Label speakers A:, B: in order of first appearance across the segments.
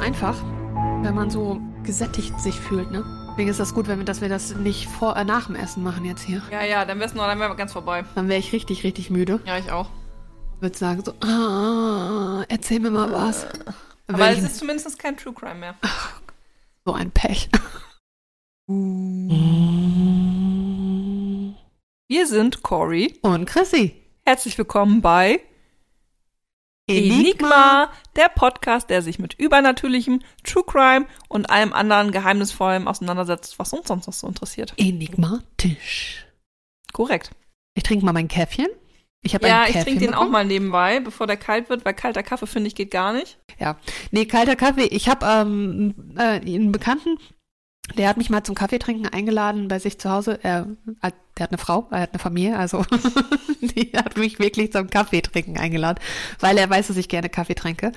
A: einfach, wenn man so gesättigt sich fühlt, ne? Deswegen ist das gut, wenn wir, dass wir das nicht vor, äh, nach dem Essen machen jetzt hier.
B: Ja, ja, dann wär's nur, dann wären wir ganz vorbei.
A: Dann wäre ich richtig, richtig müde.
B: Ja, ich auch.
A: Würde sagen so, ah, erzähl mir mal was. Dann
B: Aber
A: werd
B: es
A: ich-
B: ist zumindest kein True Crime mehr.
A: so ein Pech.
B: Wir sind Cory.
A: Und Chrissy.
B: Herzlich willkommen bei Enigma, der Podcast, der sich mit Übernatürlichem, True Crime und allem anderen Geheimnisvollem auseinandersetzt, was uns sonst noch so interessiert.
A: Enigmatisch.
B: Korrekt.
A: Ich trinke mal mein Käffchen. Ich habe
B: Ja,
A: ein
B: ich
A: Käffchen
B: trinke den auch
A: bekommen.
B: mal nebenbei, bevor der kalt wird, weil kalter Kaffee, finde ich, geht gar nicht.
A: Ja. Nee, kalter Kaffee. Ich habe ähm, äh, einen Bekannten, der hat mich mal zum Kaffeetrinken eingeladen bei sich zu Hause. Er, äh, der hat eine Frau, er hat eine Familie, also die hat mich wirklich zum Kaffeetrinken eingeladen, weil er weiß, dass ich gerne Kaffee trinke.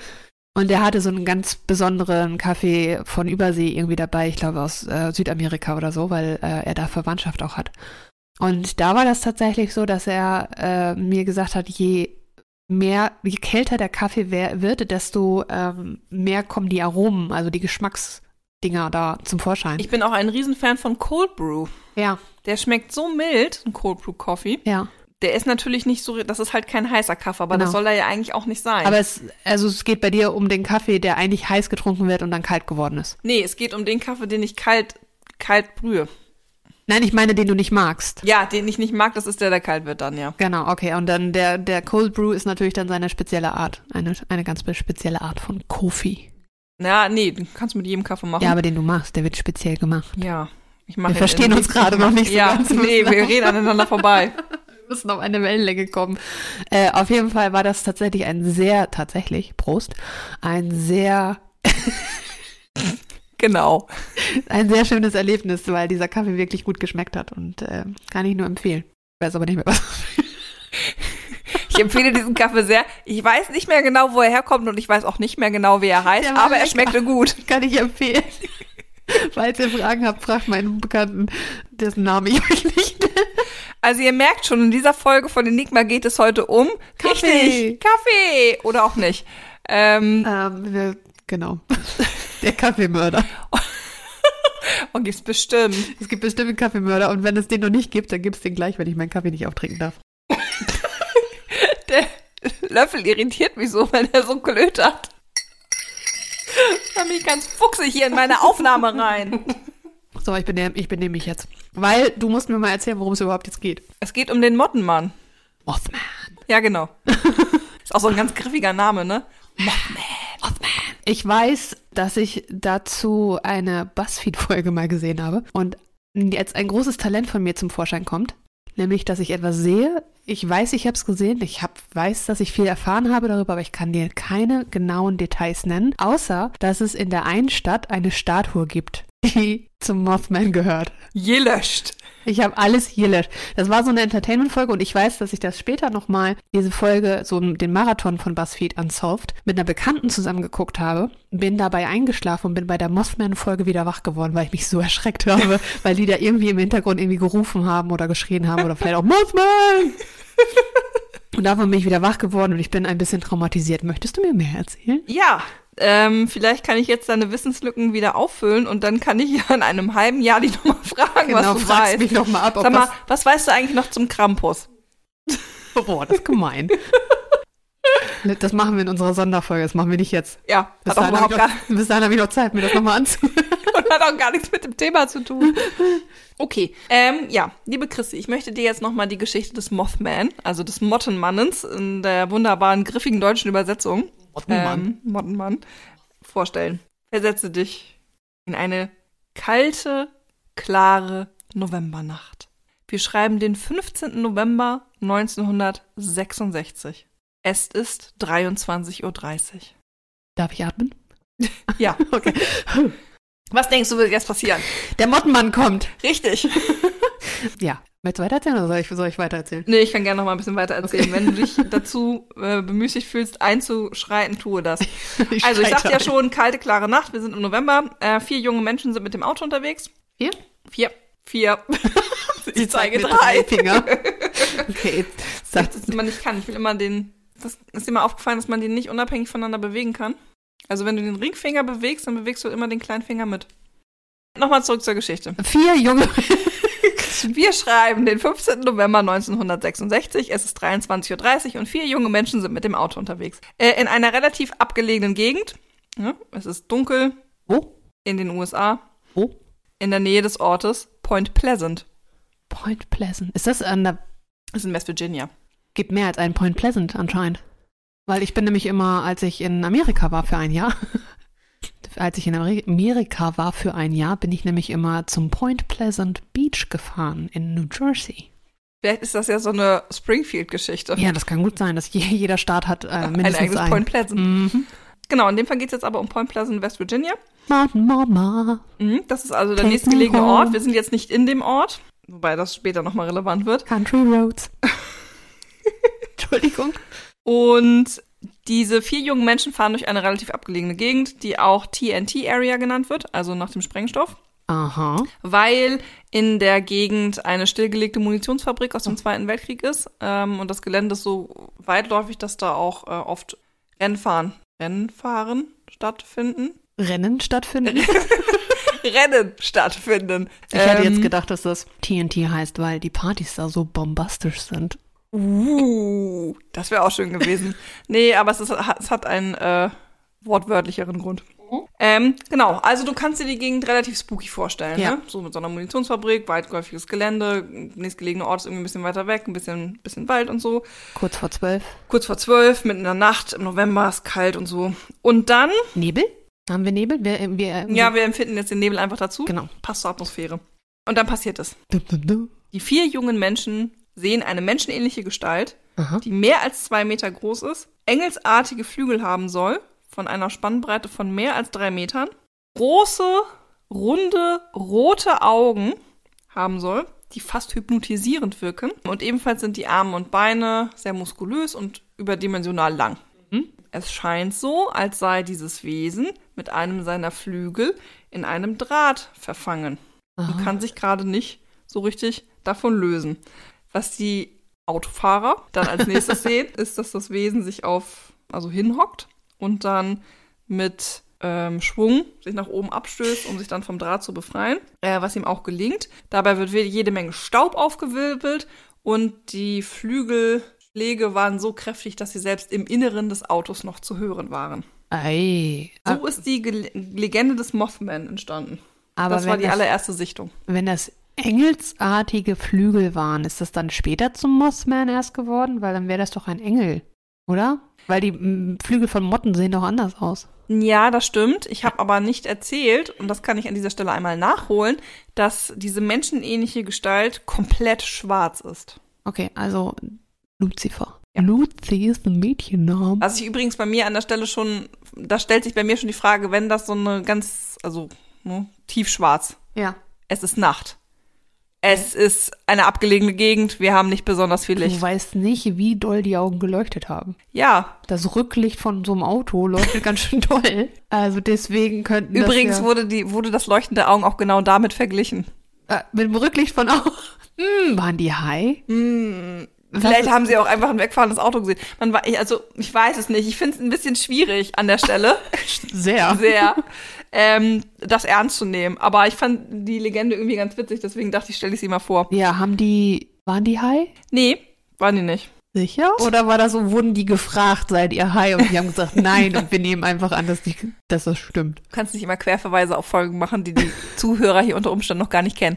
A: Und er hatte so einen ganz besonderen Kaffee von Übersee irgendwie dabei, ich glaube aus äh, Südamerika oder so, weil äh, er da Verwandtschaft auch hat. Und da war das tatsächlich so, dass er äh, mir gesagt hat, je mehr, je kälter der Kaffee wer- wird, desto ähm, mehr kommen die Aromen, also die Geschmacksdinger da zum Vorschein.
B: Ich bin auch ein Riesenfan von Cold Brew.
A: ja,
B: Der schmeckt so mild, ein Cold Brew Coffee.
A: ja.
B: Der ist natürlich nicht so, das ist halt kein heißer Kaffee, aber das
A: Genau.
B: soll er ja eigentlich auch nicht sein.
A: Aber es, also es geht bei dir um den Kaffee, der eigentlich heiß getrunken wird und dann kalt geworden ist.
B: nee, es geht um den Kaffee, den ich kalt, kalt brühe.
A: Nein, ich meine, den du nicht magst.
B: Ja, den ich nicht mag, das ist der, der kalt wird dann, ja.
A: Genau, okay. Und dann der, der Cold Brew ist natürlich dann seine spezielle Art. Eine, eine ganz spezielle Art von Kofi.
B: Na, nee, den kannst du mit jedem Kaffee machen.
A: Ja, aber den du machst, der wird speziell gemacht.
B: Ja, ich mache
A: Wir
B: jetzt
A: verstehen
B: den
A: uns
B: nächsten
A: gerade
B: Mal.
A: noch nicht so
B: Ja,
A: ganz.
B: nee, wir reden aneinander vorbei.
A: Wir müssen auf eine Wellenlänge kommen. Äh, auf jeden Fall war das tatsächlich ein sehr, tatsächlich, Prost, ein sehr
B: Genau.
A: ein sehr schönes Erlebnis, weil dieser Kaffee wirklich gut geschmeckt hat und äh, kann ich nur empfehlen. Ich weiß aber nicht mehr was.
B: Ich empfehle diesen Kaffee sehr. Ich weiß nicht mehr genau, wo er herkommt und ich weiß auch nicht mehr genau, wie er heißt,
A: Der war
B: aber er
A: lecker.
B: schmeckte gut.
A: Kann ich empfehlen. Falls ihr Fragen habt, fragt meinen Bekannten, dessen Namen ich euch nicht nenne.
B: Also ihr merkt schon, in dieser Folge von Enigma geht es heute um
A: Kaffee.
B: Richtig, Kaffee oder auch nicht. Ähm,
A: Ähm, wir, genau. Der Kaffeemörder. Ah.
B: und gibt's bestimmt.
A: Es gibt bestimmt einen Kaffeemörder und wenn es den noch nicht gibt, dann gibt es den gleich, wenn ich meinen Kaffee nicht auftrinken darf.
B: Der Löffel irritiert mich so, wenn er so klötert. Da bin ich ganz fuchsig hier in meine Aufnahme rein.
A: So, ich benehme ich benehm mich jetzt. Weil du musst mir mal erzählen, worum es überhaupt jetzt geht.
B: Es geht um den Mottenmann.
A: Mothman.
B: Ja, genau. Ist auch so ein ganz griffiger Name, ne?
A: Ich weiß, dass ich dazu eine Buzzfeed-Folge mal gesehen habe und jetzt ein großes Talent von mir zum Vorschein kommt, nämlich, dass ich etwas sehe. Ich weiß, ich habe es gesehen. Ich hab, weiß, dass ich viel erfahren habe darüber, aber ich kann dir keine genauen Details nennen, außer, dass es in der einen Stadt eine Statue gibt, die zum Mothman gehört.
B: Je löscht.
A: Ich habe alles hier gelöscht. Das war so eine Entertainment-Folge und ich weiß, dass ich das später nochmal, diese Folge, so den Marathon von BuzzFeed Unsolved, mit einer Bekannten zusammengeguckt habe, bin dabei eingeschlafen und bin bei der Mothman-Folge wieder wach geworden, weil ich mich so erschreckt habe, weil die da irgendwie im Hintergrund irgendwie gerufen haben oder geschrien haben oder vielleicht auch Mothman! Und davon bin ich wieder wach geworden und ich bin ein bisschen traumatisiert. Möchtest du mir mehr erzählen?
B: Ja. Ähm, vielleicht kann ich jetzt deine Wissenslücken wieder auffüllen und dann kann ich ja in einem halben Jahr die nochmal fragen, was
A: Genau,
B: du
A: fragst
B: weißt.
A: mich nochmal ab, ob
B: Sag mal, was weißt du eigentlich noch zum Krampus?
A: das... oh, Boah, das ist gemein. Das machen wir in unserer Sonderfolge, das machen wir nicht jetzt.
B: Ja,
A: Bis
B: hat auch
A: dahin,
B: überhaupt
A: habe ich,
B: gar,
A: noch- bis dahin hab ich noch Zeit, mir das nochmal anzuhören.
B: und hat auch gar nichts mit dem Thema zu tun. Okay, ähm, ja, liebe Christi, ich möchte dir jetzt nochmal die Geschichte des Mothman, also des Mottenmannens in der wunderbaren, griffigen deutschen Übersetzung, ähm, Mottenmann, vorstellen. Versetze dich in eine kalte, klare Novembernacht. Wir schreiben den 15. November 1966. Es ist 23.30 Uhr.
A: Darf ich atmen?
B: Ja.
A: Okay.
B: Was denkst du, wird jetzt passieren?
A: Der Mottenmann kommt.
B: Richtig.
A: Ja. Möchtest du weiter erzählen oder soll ich, soll ich weiter erzählen?
B: Nee, ich kann gerne noch mal ein bisschen weiter erzählen. Wenn du dich dazu äh, bemüßigt fühlst, einzuschreiten, tue das. also, ich sagte ja schon, kalte, klare Nacht. Wir sind im November. Äh, vier junge Menschen sind mit dem Auto unterwegs.
A: Vier?
B: Vier. Vier.
A: Sie
B: ich zeige
A: zeigt
B: drei.
A: mit Finger. Okay, jetzt sagt
B: Das ist immer nicht kann. Ich will immer den. Das ist dir mal aufgefallen, dass man den nicht unabhängig voneinander bewegen kann? Also wenn du den Ringfinger bewegst, dann bewegst du immer den kleinen Finger mit. Nochmal zurück zur Geschichte.
A: Vier junge.
B: Wir schreiben den 15. November 1966, es ist 23.30 Uhr und vier junge Menschen sind mit dem Auto unterwegs. Äh, in einer relativ abgelegenen Gegend. Ja, es ist dunkel
A: Wo?
B: in den USA,
A: Wo?
B: in der Nähe des Ortes Point Pleasant.
A: Point Pleasant. Ist das an der.
B: Das ist in West Virginia.
A: Gibt mehr als einen Point Pleasant anscheinend. Weil ich bin nämlich immer, als ich in Amerika war für ein Jahr, als ich in Ameri- Amerika war für ein Jahr, bin ich nämlich immer zum Point Pleasant Beach gefahren in New Jersey.
B: Vielleicht ist das ja so eine Springfield-Geschichte.
A: Ja, das kann gut sein, dass je, jeder Staat hat äh,
B: Ein
A: mindestens
B: eigenes
A: einen.
B: Point Pleasant.
A: Mhm.
B: Genau, in dem Fall geht es jetzt aber um Point Pleasant, West Virginia.
A: Martin Mama.
B: Mhm, das ist also der
A: Take
B: nächstgelegene
A: me home.
B: Ort. Wir sind jetzt nicht in dem Ort, wobei das später nochmal relevant wird.
A: Country Roads. Entschuldigung.
B: Und diese vier jungen Menschen fahren durch eine relativ abgelegene Gegend, die auch TNT Area genannt wird, also nach dem Sprengstoff,
A: Aha.
B: weil in der Gegend eine stillgelegte Munitionsfabrik aus dem Zweiten Weltkrieg ist. Ähm, und das Gelände ist so weitläufig, dass da auch äh, oft Rennfahren, Rennfahren stattfinden.
A: Rennen stattfinden.
B: Rennen stattfinden.
A: Ich hätte
B: Ähm,
A: jetzt gedacht, dass das TNT heißt, weil die Partys da so bombastisch sind.
B: Uh, das wäre auch schön gewesen. nee, aber es, ist, es hat einen äh, wortwörtlicheren Grund.
A: Mhm.
B: Ähm, genau, also du kannst dir die Gegend relativ spooky vorstellen,
A: Ja.
B: ne? So mit so einer Munitionsfabrik, weitläufiges Gelände, nächstgelegener Ort ist irgendwie ein bisschen weiter weg, ein bisschen, bisschen Wald und so.
A: Kurz vor zwölf.
B: Kurz vor zwölf, mitten in der Nacht, im November ist kalt und so. Und dann,
A: Nebel? Haben wir Nebel? Wir, äh, wir, äh,
B: ja, wir empfinden jetzt den Nebel einfach dazu.
A: Genau.
B: Passt zur Atmosphäre. Und dann passiert es.
A: Du, du, du.
B: Die vier jungen Menschen sehen eine menschenähnliche Gestalt,
A: Aha.
B: die mehr als zwei Meter groß ist, engelsartige Flügel haben soll, von einer Spannbreite von mehr als drei Metern, große, runde, rote Augen haben soll, die fast hypnotisierend wirken. Und ebenfalls sind die Arme und Beine sehr muskulös und überdimensional lang. Es scheint so, als sei dieses Wesen mit einem seiner Flügel in einem Draht verfangen
A: Ah.
B: und kann sich gerade nicht so richtig davon lösen. Was die Autofahrer dann als nächstes sehen, ist, dass das Wesen sich auf, also hinhockt und dann mit ähm, Schwung sich nach oben abstößt, um sich dann vom Draht zu befreien, äh, was ihm auch gelingt. Dabei wird we- jede Menge Staub aufgewirbelt und die Flügelschläge waren so kräftig, dass sie selbst im Inneren des Autos noch zu hören waren.
A: Ei.
B: So ist die Ge Legende des Mothman entstanden.
A: Aber
B: das
A: wenn,
B: war die
A: das,
B: allererste Sichtung.
A: wenn das engelsartige Flügel waren, ist das dann später zum Mossman erst geworden? Weil dann wäre das doch ein Engel, oder? Weil die m, Flügel von Motten sehen doch anders aus.
B: Ja, das stimmt. Ich habe aber nicht erzählt, und das kann ich an dieser Stelle einmal nachholen, dass diese menschenähnliche Gestalt komplett schwarz ist.
A: Okay, also Lucifer.
B: Ja.
A: Luzi ist ein ne? Mädchenname.
B: Was Also ich übrigens bei mir an der Stelle schon, da stellt sich bei mir schon die Frage, wenn das so eine ganz, also ne, tiefschwarz.
A: Ja.
B: Es ist Nacht. Es ist eine abgelegene Gegend. Wir haben nicht besonders viel
A: Du
B: Licht.
A: weißt nicht, wie doll die Augen geleuchtet haben.
B: Ja,
A: Das Rücklicht von so einem Auto leuchtet ganz schön doll. Also deswegen könnten
B: übrigens
A: das ja,
B: wurde, die, wurde das Leuchten der Augen auch genau damit verglichen.
A: äh, mit dem Rücklicht von Auto hm, waren die high. Was
B: Hm. Vielleicht
A: ist-
B: haben sie auch einfach ein wegfahrendes Auto gesehen. Man war, ich- also ich weiß es nicht. Ich finde es ein bisschen schwierig an der Stelle,
A: sehr.
B: sehr, ähm, das ernst zu nehmen. Aber ich fand die Legende irgendwie ganz witzig, deswegen dachte ich, stelle ich sie mal vor.
A: Ja, haben die waren die high?
B: Nee, waren die nicht.
A: Sicher? Oder war das so, wurden die gefragt, seid ihr high? Und die haben gesagt, nein, und wir nehmen einfach an, dass, die, dass das stimmt.
B: Du kannst nicht immer Querverweise auf Folgen machen, die die Zuhörer hier unter Umständen noch gar nicht kennen.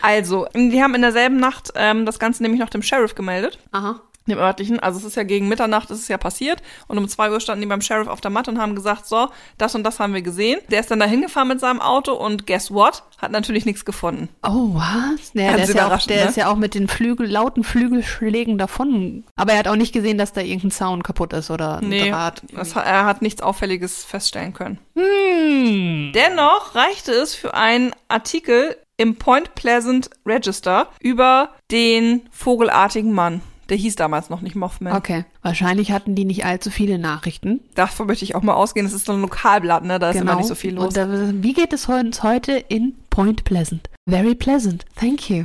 B: Also, die haben in derselben Nacht ähm, das Ganze nämlich noch dem Sheriff gemeldet.
A: Aha.
B: dem örtlichen. Also es ist ja gegen Mitternacht, ist es ja passiert. Und um zwei Uhr standen die beim Sheriff auf der Matte und haben gesagt, so, das und das haben wir gesehen. Der ist dann da hingefahren mit seinem Auto und guess what? Hat natürlich nichts gefunden.
A: Oh, was? Naja, der
B: Ganz
A: ist, ja auch,
B: überraschend,
A: der
B: ne?
A: ist ja auch mit den Flügel, lauten Flügelschlägen davon. Aber er hat auch nicht gesehen, dass da irgendein Zaun kaputt ist oder ein Draht.
B: Das, hat- er hat nichts Auffälliges feststellen können.
A: Hm.
B: Dennoch reichte es für einen Artikel im Point Pleasant Register über den vogelartigen Mann. Der hieß damals noch nicht Mothman.
A: Okay. Wahrscheinlich hatten die nicht allzu viele Nachrichten.
B: Davon möchte ich auch mal ausgehen. Das ist so ein Lokalblatt, ne? Da ist immer nicht so viel los.
A: Genau. Und da, wie geht es uns heute in Point Pleasant? Very pleasant. Thank you.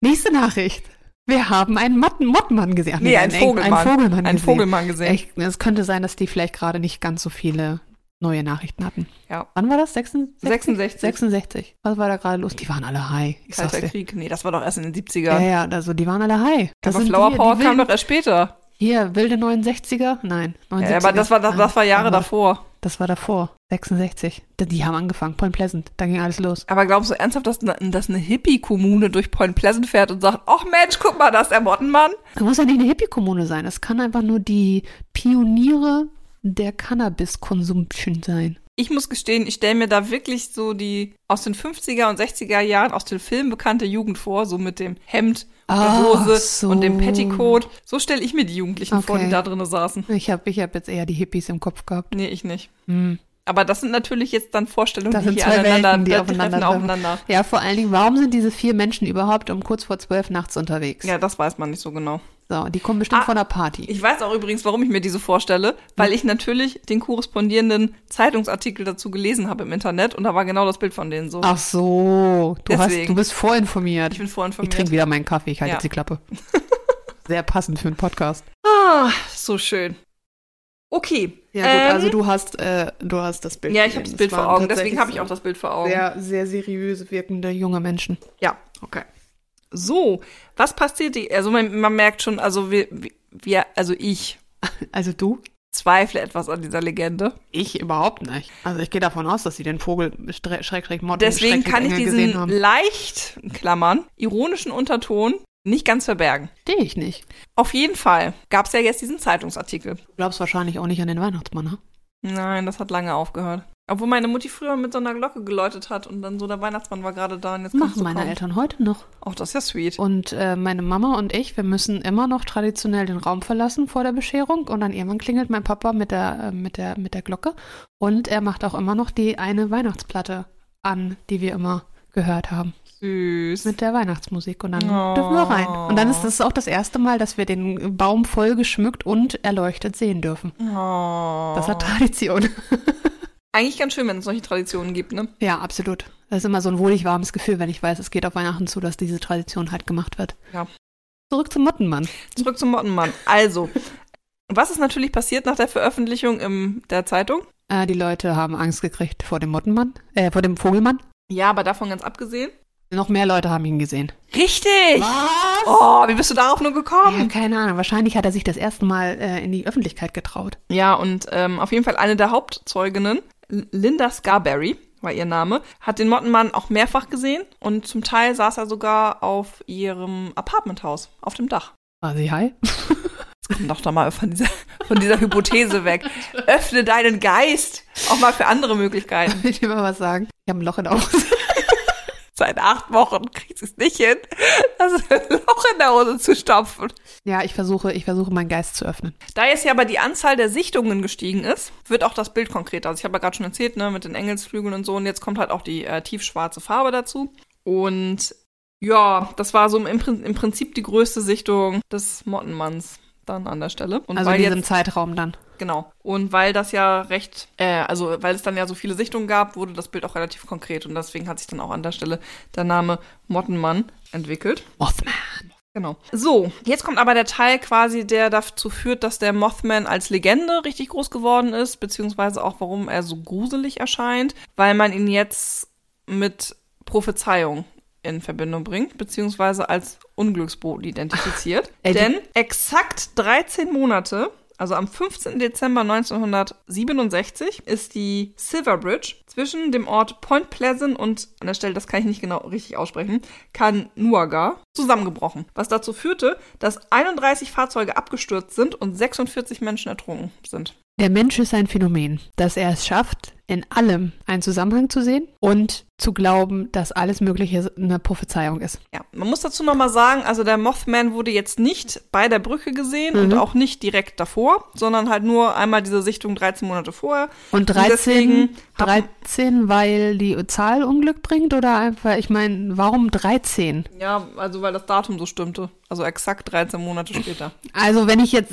A: Nächste Nachricht. Wir haben einen Matten Mottmann gesehen. Ach
B: Nee, ein
A: einen Eng-
B: Vogelmann.
A: Einen Vogelmann
B: Ein
A: gesehen.
B: Vogelmann gesehen.
A: Ich, es könnte sein, dass die vielleicht gerade nicht ganz so viele neue Nachrichten hatten.
B: Ja.
A: Wann war das? 66?
B: 66.
A: 66. Was war da gerade los? Die waren alle high. Ich sag's
B: Kalter
A: dir.
B: Krieg. Nee, das war doch erst in den
A: Ja,
B: 70ern.
A: ja, also die waren alle high.
B: aber
A: sind
B: Flower
A: die-
B: Power
A: die
B: kam
A: wilden-
B: doch erst später.
A: Hier, wilde 69er? Nein, 79er.
B: Ja, aber das war, das, das war Jahre
A: Aber
B: davor.
A: Das war davor, 66. Da- Die haben angefangen, Point Pleasant. Da ging alles los.
B: Aber glaubst du ernsthaft, dass, ne- dass eine Hippie-Kommune durch Point Pleasant fährt und sagt, ach Mensch, guck mal, da ist der Mottenmann?
A: Das muss ja nicht eine Hippie-Kommune sein. Das kann einfach nur die Pioniere der Cannabis-Consumption sein.
B: Ich muss gestehen, ich stelle mir da wirklich so die aus den 50er und 60er Jahren aus den Filmen bekannte Jugend vor, so mit dem Hemd und der
A: Ach
B: Hose
A: Ah, so.
B: und dem Petticoat. So stelle ich mir die Jugendlichen vor, die
A: Okay.
B: da drin saßen.
A: Ich habe ich hab jetzt eher die Hippies im Kopf gehabt.
B: Nee, ich nicht.
A: Hm.
B: Aber das sind natürlich jetzt dann Vorstellungen,
A: Das
B: die
A: sind
B: hier
A: zwei
B: aneinander,
A: Welten, die
B: da-
A: aufeinander
B: treffen
A: treffen.
B: aufeinander.
A: Ja, vor allen Dingen, warum sind diese vier Menschen überhaupt um kurz vor zwölf nachts unterwegs?
B: Ja, das weiß man nicht so genau.
A: So, die kommen bestimmt
B: Ah,
A: von der Party.
B: Ich weiß auch übrigens, warum ich mir diese vorstelle, weil ich natürlich den korrespondierenden Zeitungsartikel dazu gelesen habe im Internet und da war genau das Bild von denen so.
A: Ach so, du, hast,
B: Deswegen.
A: du bist vorinformiert.
B: Ich bin
A: Ich
B: vorinformiert.
A: trinke wieder meinen Kaffee, ich halte
B: Ja.
A: jetzt die Klappe. Sehr passend für einen Podcast.
B: ah, so schön. Okay.
A: Ja gut,
B: ähm,
A: also du hast, äh, du hast das Bild.
B: Ja, ich habe
A: gesehen.
B: das Bild
A: waren
B: vor Augen,
A: tatsächlich
B: deswegen habe ich auch das Bild vor Augen.
A: Sehr, sehr seriös wirkende junge Menschen.
B: Ja, okay. So, was passiert? die- Also man, man merkt schon, also wir, wir, also ich
A: Also du?
B: zweifle etwas an dieser Legende.
A: Ich überhaupt nicht. Also ich gehe davon aus, dass sie den Vogel stre- schrägstrich Motten
B: Deswegen
A: schrägstrich
B: kann ich
A: Engel gesehen
B: diesen
A: haben.
B: leicht, in Klammern, ironischen Unterton nicht ganz verbergen.
A: Verstehe ich nicht.
B: Auf jeden Fall gab es ja jetzt diesen Zeitungsartikel.
A: Du glaubst wahrscheinlich auch nicht an den Weihnachtsmann, ne?
B: Nein, das hat lange aufgehört. Obwohl meine Mutti früher mit so einer Glocke geläutet hat und dann so der Weihnachtsmann war gerade da und jetzt kannst
A: Machen
B: du
A: meine
B: kommen.
A: Eltern heute noch.
B: Auch das ist ja sweet.
A: Und äh, meine Mama und ich, wir müssen immer noch traditionell den Raum verlassen vor der Bescherung. Und dann irgendwann klingelt mein Papa mit der, äh, mit der, mit der Glocke. Und er macht auch immer noch die eine Weihnachtsplatte an, die wir immer gehört haben.
B: Süß.
A: Mit der Weihnachtsmusik. Und dann
B: Oh.
A: dürfen wir rein. Und dann ist das auch das erste Mal, dass wir den Baum voll geschmückt und erleuchtet sehen dürfen.
B: Oh.
A: Das hat Tradition.
B: Eigentlich ganz schön, wenn es solche Traditionen gibt, ne?
A: ja, absolut. Das ist immer so ein wohlig warmes Gefühl, wenn ich weiß, es geht auf Weihnachten zu, dass diese Tradition halt gemacht wird.
B: Ja.
A: Zurück zum Mottenmann.
B: Zurück zum Mottenmann. Also, was ist natürlich passiert nach der Veröffentlichung im, der Zeitung?
A: Äh, die Leute haben Angst gekriegt vor dem Mottenmann, äh, vor dem Vogelmann.
B: Ja, aber davon ganz abgesehen.
A: Noch mehr Leute haben ihn gesehen.
B: Richtig!
A: Was?
B: Oh, wie bist du darauf nur
A: Ja,
B: gekommen?
A: keine Ahnung. Wahrscheinlich hat er sich das erste Mal äh, in die Öffentlichkeit getraut.
B: Ja, und ähm, auf jeden Fall eine der Hauptzeuginnen, L- Linda Scarberry war ihr Name, hat den Mottenmann auch mehrfach gesehen und zum Teil saß er sogar auf ihrem Apartmenthaus, auf dem Dach.
A: War sie high?
B: Jetzt komm doch da mal von dieser, von dieser Hypothese weg. Öffne deinen Geist auch mal für andere Möglichkeiten.
A: Will ich dir mal was sagen? Ich habe ein Loch in der Hose.
B: Seit acht Wochen kriegst du es nicht hin, das Loch in der Hose zu stopfen.
A: Ja, ich versuche, ich versuche meinen Geist zu öffnen.
B: Da jetzt ja aber die Anzahl der Sichtungen gestiegen ist, wird auch das Bild konkreter. Also ich habe ja gerade schon erzählt, ne, mit den Engelsflügeln und so. Und jetzt kommt halt auch die äh, tiefschwarze Farbe dazu. Und ja, das war so im, Prin- im Prinzip die größte Sichtung des Mottenmanns dann an der Stelle. Und
A: also in
B: weil
A: diesem
B: jetzt,
A: Zeitraum dann.
B: genau. Und weil das ja recht, äh, also weil es dann ja so viele Sichtungen gab, wurde das Bild auch relativ konkret. Und deswegen hat sich dann auch an der Stelle der Name Mottenmann entwickelt.
A: Mothman.
B: Genau. So, jetzt kommt aber der Teil quasi, der dazu führt, dass der Mothman als Legende richtig groß geworden ist, beziehungsweise auch warum er so gruselig erscheint, weil man ihn jetzt mit Prophezeiung in Verbindung bringt, beziehungsweise als Unglücksboten identifiziert.
A: Ey, die-
B: Denn exakt 13 Monate, also am 15. Dezember 1967, ist die Silver Bridge zwischen dem Ort Point Pleasant und, an der Stelle, das kann ich nicht genau richtig aussprechen, Kanuaga zusammengebrochen. Was dazu führte, dass 31 Fahrzeuge abgestürzt sind und 46 Menschen ertrunken sind.
A: Der Mensch ist ein Phänomen, dass er es schafft, in allem einen Zusammenhang zu sehen und zu glauben, dass alles Mögliche eine Prophezeiung ist.
B: Ja, man muss dazu nochmal sagen, also der Mothman wurde jetzt nicht bei der Brücke gesehen und auch nicht direkt davor, sondern halt nur einmal diese Sichtung 13 Monate vorher.
A: Und
B: deswegen
A: 13,
B: haben-
A: 13 weil die Zahl Unglück bringt oder einfach, ich meine, warum 13?
B: Ja, also weil das Datum so stimmte. Also exakt 13 Monate später.
A: Also wenn ich jetzt,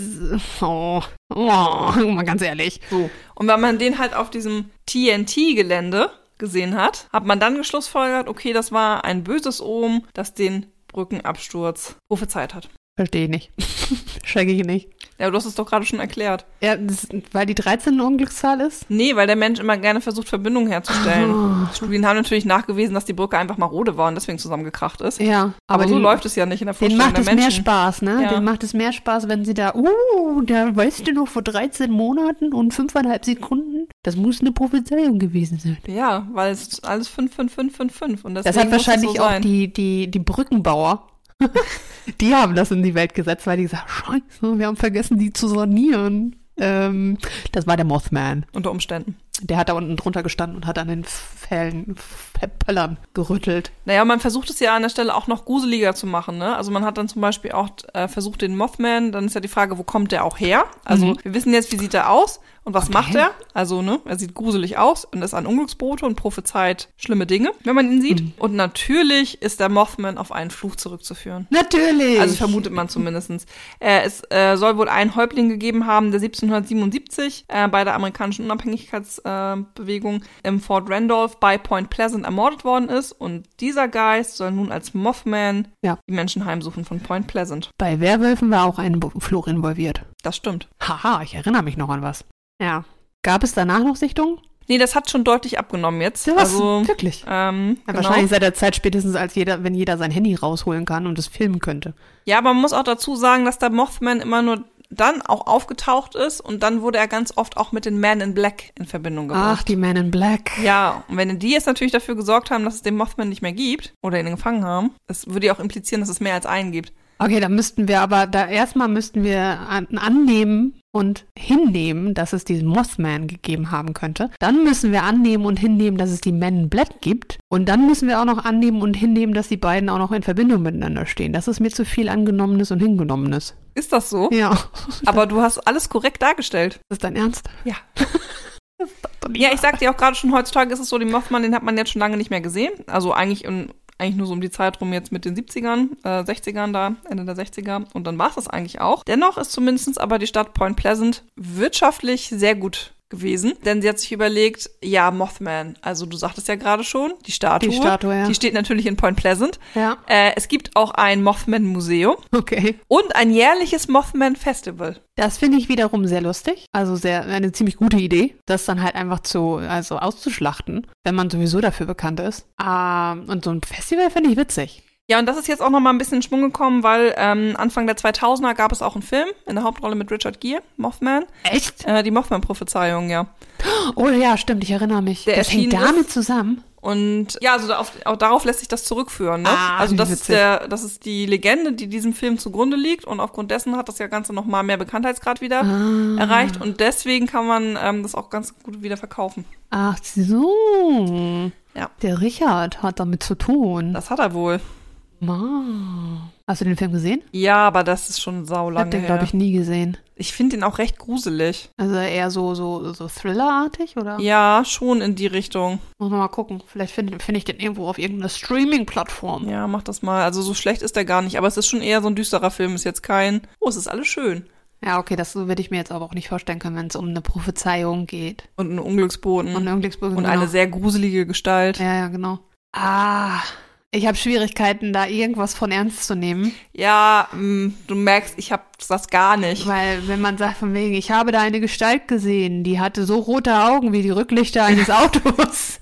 A: oh, oh mal ganz ehrlich.
B: So. Und wenn man den halt auf diesem TNT-Gelände gesehen hat, hat man dann geschlussfolgert, okay, das war ein böses Omen, das den Brückenabsturz prophezeit hat.
A: Verstehe ich nicht. Schrecke ich nicht.
B: Ja, du hast es doch gerade schon erklärt.
A: Ja, das, weil die 13 eine Unglückszahl ist?
B: Nee, weil der Mensch immer gerne versucht, Verbindungen herzustellen. Studien haben natürlich nachgewiesen, dass die Brücke einfach marode war und deswegen zusammengekracht ist.
A: Ja.
B: Aber, so
A: den-
B: läuft es ja nicht in der
A: Den
B: Vorstellung
A: macht
B: der
A: es
B: Menschen.
A: mehr Spaß, ne?
B: Ja.
A: Den macht es mehr Spaß, wenn sie da, uh, da weißt du noch vor 13 Monaten und 5,5 Sekunden, das muss eine Prophezeiung gewesen sein.
B: Ja, weil es alles 5, 5, 5, 5, 5. Und deswegen
A: Das hat wahrscheinlich
B: muss es so
A: auch
B: sein.
A: die, die, die Brückenbauer. die haben das in die Welt gesetzt, weil die gesagt haben, scheiße, wir haben vergessen, die zu sanieren. Ähm, das war der Mothman.
B: Unter Umständen.
A: Der hat da unten drunter gestanden und hat an den Fällen, Pöllern gerüttelt.
B: Naja, man versucht es ja an der Stelle auch noch gruseliger zu machen, ne? Also man hat dann zum Beispiel auch äh, versucht, den Mothman, dann ist ja die Frage, wo kommt der auch her? Also
A: Mhm.
B: wir wissen jetzt, wie sieht er aus und was macht er? Also, ne, er sieht gruselig aus und ist ein Unglücksbote und prophezeit schlimme Dinge, wenn man ihn sieht.
A: Mhm.
B: Und natürlich ist der Mothman auf einen Fluch zurückzuführen.
A: Natürlich!
B: Also vermutet man zumindestens. Äh, es äh, soll wohl einen Häuptling gegeben haben, der 1777 äh, bei der amerikanischen Unabhängigkeitsbewegung äh, Bewegung im Fort Randolph bei Point Pleasant ermordet worden ist. Und dieser Geist soll nun als Mothman
A: Ja.
B: die Menschen heimsuchen von Point Pleasant.
A: Bei Werwölfen war auch ein Bo- Fluch involviert.
B: Das stimmt.
A: Haha, ich erinnere mich noch an was. Ja. Gab es danach noch Sichtungen?
B: Nee, das hat schon deutlich abgenommen jetzt.
A: Ja, was?
B: also,
A: Wirklich?
B: ähm,
A: Ja,
B: genau.
A: Wahrscheinlich seit der Zeit spätestens, als jeder, wenn jeder sein Handy rausholen kann und es filmen könnte.
B: Ja, aber man muss auch dazu sagen, dass der Mothman immer nur dann auch aufgetaucht ist und dann wurde er ganz oft auch mit den Man in Black in Verbindung gebracht.
A: Ach, die Men in Black.
B: Ja, und wenn die jetzt natürlich dafür gesorgt haben, dass es den Mothman nicht mehr gibt oder ihn gefangen haben, das würde ja auch implizieren, dass es mehr als einen gibt.
A: Okay, dann müssten wir aber, da erstmal müssten wir an, annehmen und hinnehmen, dass es diesen Mothman gegeben haben könnte. Dann müssen wir annehmen und hinnehmen, dass es die Men in Black gibt. Und dann müssen wir auch noch annehmen und hinnehmen, dass die beiden auch noch in Verbindung miteinander stehen. Das ist mir zu viel Angenommenes und Hingenommenes.
B: Ist das so?
A: Ja.
B: Aber du hast alles korrekt dargestellt.
A: Ist das dein Ernst?
B: Ja.
A: Das ist doch nicht
B: Ja,
A: wahr.
B: ich sag dir auch gerade schon, heutzutage ist es so, den Mothman, den hat man jetzt schon lange nicht mehr gesehen. Also eigentlich, in, eigentlich nur so um die Zeit rum jetzt mit den 70ern, äh, 60ern da, Ende der 60er. Und dann war es das eigentlich auch. Dennoch ist zumindestens aber die Stadt Point Pleasant wirtschaftlich sehr gut gewesen, denn sie hat sich überlegt, ja, Mothman, also du sagtest ja gerade schon, die Statue,
A: Die Statue, ja.
B: die steht natürlich in Point Pleasant.
A: Ja,
B: Äh, es gibt auch ein Mothman-Museum
A: okay.
B: und ein jährliches Mothman-Festival.
A: Das finde ich wiederum sehr lustig. Also sehr, eine ziemlich gute Idee, das dann halt einfach zu, also auszuschlachten, wenn man sowieso dafür bekannt ist. Ähm, und so ein Festival finde ich witzig.
B: Ja, und das ist jetzt auch nochmal ein bisschen in Schwung gekommen, weil ähm, Anfang der 2000er gab es auch einen Film in der Hauptrolle mit Richard Gere, Mothman.
A: Echt?
B: Äh, die Mothman-Prophezeiung, ja.
A: Oh ja, stimmt, ich erinnere mich.
B: Der
A: das hängt
B: erschienen
A: damit zusammen.
B: Und ja, also auf, auch darauf lässt sich das zurückführen. Ne?
A: Ah,
B: also
A: wie
B: das ist,
A: witzig.
B: der, das ist die Legende, die diesem Film zugrunde liegt. Und aufgrund dessen hat das ja Ganze nochmal mehr Bekanntheitsgrad wieder
A: Ah,
B: erreicht. Und deswegen kann man ähm, das auch ganz gut wieder verkaufen.
A: Ach so.
B: Ja.
A: Der Richard hat damit zu tun.
B: Das hat er wohl.
A: Ma. Hast du den Film gesehen?
B: Ja, aber das ist schon
A: Ich
B: saulange
A: habe den,
B: her.
A: glaube ich, nie gesehen.
B: ich finde ihn auch recht gruselig.
A: Also eher so, so, so Thriller-artig, oder?
B: Ja, schon in die Richtung.
A: Muss man mal gucken. Vielleicht finde find ich den irgendwo auf irgendeiner Streaming-Plattform.
B: Ja, mach das mal. Also so schlecht ist der gar nicht, aber es ist schon eher so ein düsterer Film. Ist jetzt kein, oh, es ist alles schön.
A: Ja, okay, das so würde ich mir jetzt aber auch nicht vorstellen können, wenn es um eine Prophezeiung geht.
B: Und ein Unglücksboden.
A: Und
B: Mhm. Und,
A: Unglücksburg
B: eine
A: genau.
B: sehr gruselige Gestalt. Ja.
A: Ja, ja, genau. Ah, ich habe Schwierigkeiten, da irgendwas von ernst zu nehmen,
B: ähm, du merkst, ich hab das gar nicht.
A: weil wenn man sagt von wegen, ich habe da eine Gestalt gesehen, die hatte so rote Augen wie die Rücklichter eines Autos.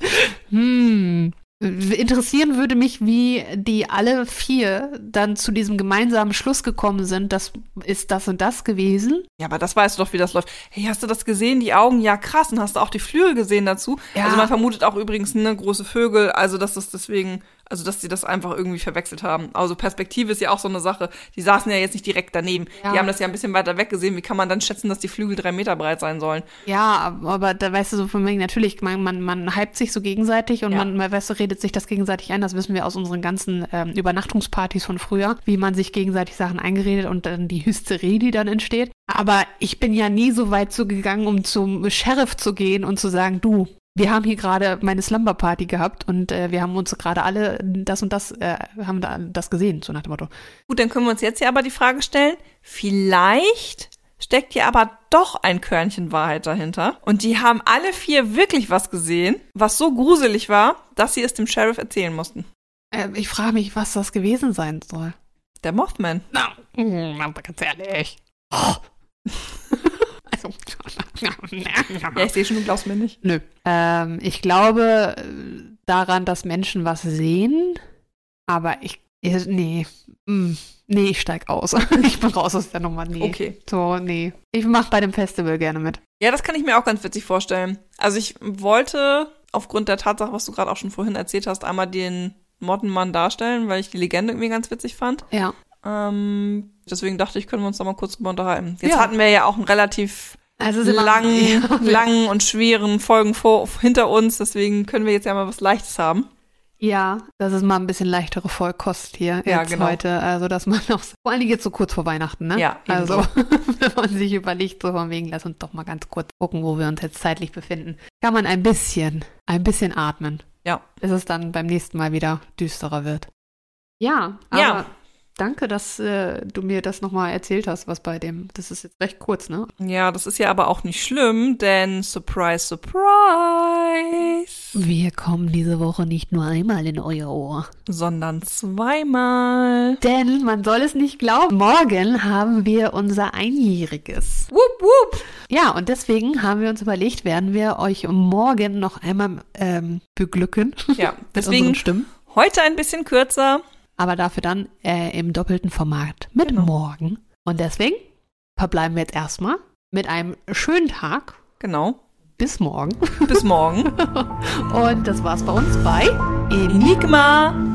A: hm. Interessieren würde mich, wie die alle vier dann zu diesem gemeinsamen Schluss gekommen sind. Das ist das und das gewesen.
B: Ja, aber das weißt du doch, wie das läuft. Hey, hast du das gesehen? Die Augen? Ja, krass. Und hast du auch die Flügel gesehen dazu?
A: Ja.
B: Also man vermutet auch übrigens, ne, große Vögel. Also dass das deswegen, also dass sie das einfach irgendwie verwechselt haben. Also Perspektive ist ja auch so eine Sache. Die saßen ja jetzt nicht direkt daneben.
A: Ja.
B: Die haben das ja ein bisschen weiter weg gesehen. Wie kann man dann schätzen, dass die Flügel drei Meter breit sein sollen?
A: Ja, aber da weißt du so von wegen, natürlich, man, man, man hypt sich so gegenseitig und
B: Ja.
A: man, man, weißt du, redet sich das gegenseitig ein. Das wissen wir aus unseren ganzen ähm, Übernachtungspartys von früher, wie man sich gegenseitig Sachen eingeredet und dann die Hysterie, die dann entsteht. Aber ich bin ja nie so weit so gegangen, um zum Sheriff zu gehen und zu sagen, du, wir haben hier gerade meine Slumber Party gehabt und äh, wir haben uns gerade alle das und das, äh, haben da das gesehen, so nach dem Motto.
B: Gut, dann können wir uns jetzt ja aber die Frage stellen, vielleicht steckt hier aber doch ein Körnchen Wahrheit dahinter. Und die haben alle vier wirklich was gesehen, was so gruselig war, dass sie es dem Sheriff erzählen mussten.
A: Äh, ich frage mich, was das gewesen sein soll.
B: Der Mothman.
A: Na, mm, aber ganz ehrlich. Oh. also,
B: Ja, ich sehe schon, du glaubst mir nicht.
A: Nö. Ähm, ich glaube äh, daran, dass Menschen was sehen, aber ich. ich- Nee. Mm, nee, ich steig aus. ich bin raus aus der Nummer. Nee.
B: Okay.
A: So, nee. Ich mach bei dem Festival gerne mit.
B: Ja, das kann ich mir auch ganz witzig vorstellen. Also ich wollte aufgrund der Tatsache, was du gerade auch schon vorhin erzählt hast, einmal den Mottenmann darstellen, weil ich die Legende irgendwie ganz witzig fand.
A: Ja.
B: Ähm, deswegen dachte ich, können wir uns da mal kurz drüber unterhalten. Jetzt
A: Ja.
B: hatten wir ja auch einen relativ
A: Also es ist immer-
B: langen,
A: Ja.
B: langen und schweren Folgen vor, hinter uns, deswegen können wir jetzt ja mal was Leichtes haben.
A: Ja, das ist mal ein bisschen leichtere Vollkost hier
B: Ja,
A: jetzt
B: genau.
A: heute. Also, dass man auch, vor allen Dingen jetzt so kurz vor Weihnachten, ne?
B: Ja,
A: Also, wenn man sich überlegt, so von wegen, lass uns doch mal ganz kurz gucken, wo wir uns jetzt zeitlich befinden. Kann man ein bisschen, ein bisschen atmen.
B: Ja.
A: Bis es dann beim nächsten Mal wieder düsterer wird. Ja, aber
B: Ja.
A: danke, dass äh, du mir das nochmal erzählt hast, was bei dem, das ist jetzt recht kurz, ne?
B: Ja, das ist ja aber auch nicht schlimm, denn surprise, surprise,
A: Wir kommen diese Woche nicht nur einmal in euer Ohr.
B: sondern zweimal.
A: Denn man soll es nicht glauben, morgen haben wir unser Einjähriges.
B: Wupp, wupp.
A: Ja, und deswegen haben wir uns überlegt, werden wir euch morgen noch einmal ähm, beglücken
B: Ja,
A: mit unseren
B: deswegen
A: Stimmen.
B: heute ein bisschen kürzer.
A: Aber dafür dann äh, im doppelten Format mit
B: Genau.
A: morgen. Und deswegen verbleiben wir jetzt erstmal mit einem schönen Tag.
B: Genau.
A: Bis morgen.
B: Bis morgen.
A: Und das war's bei uns bei Enigma.
B: Enigma.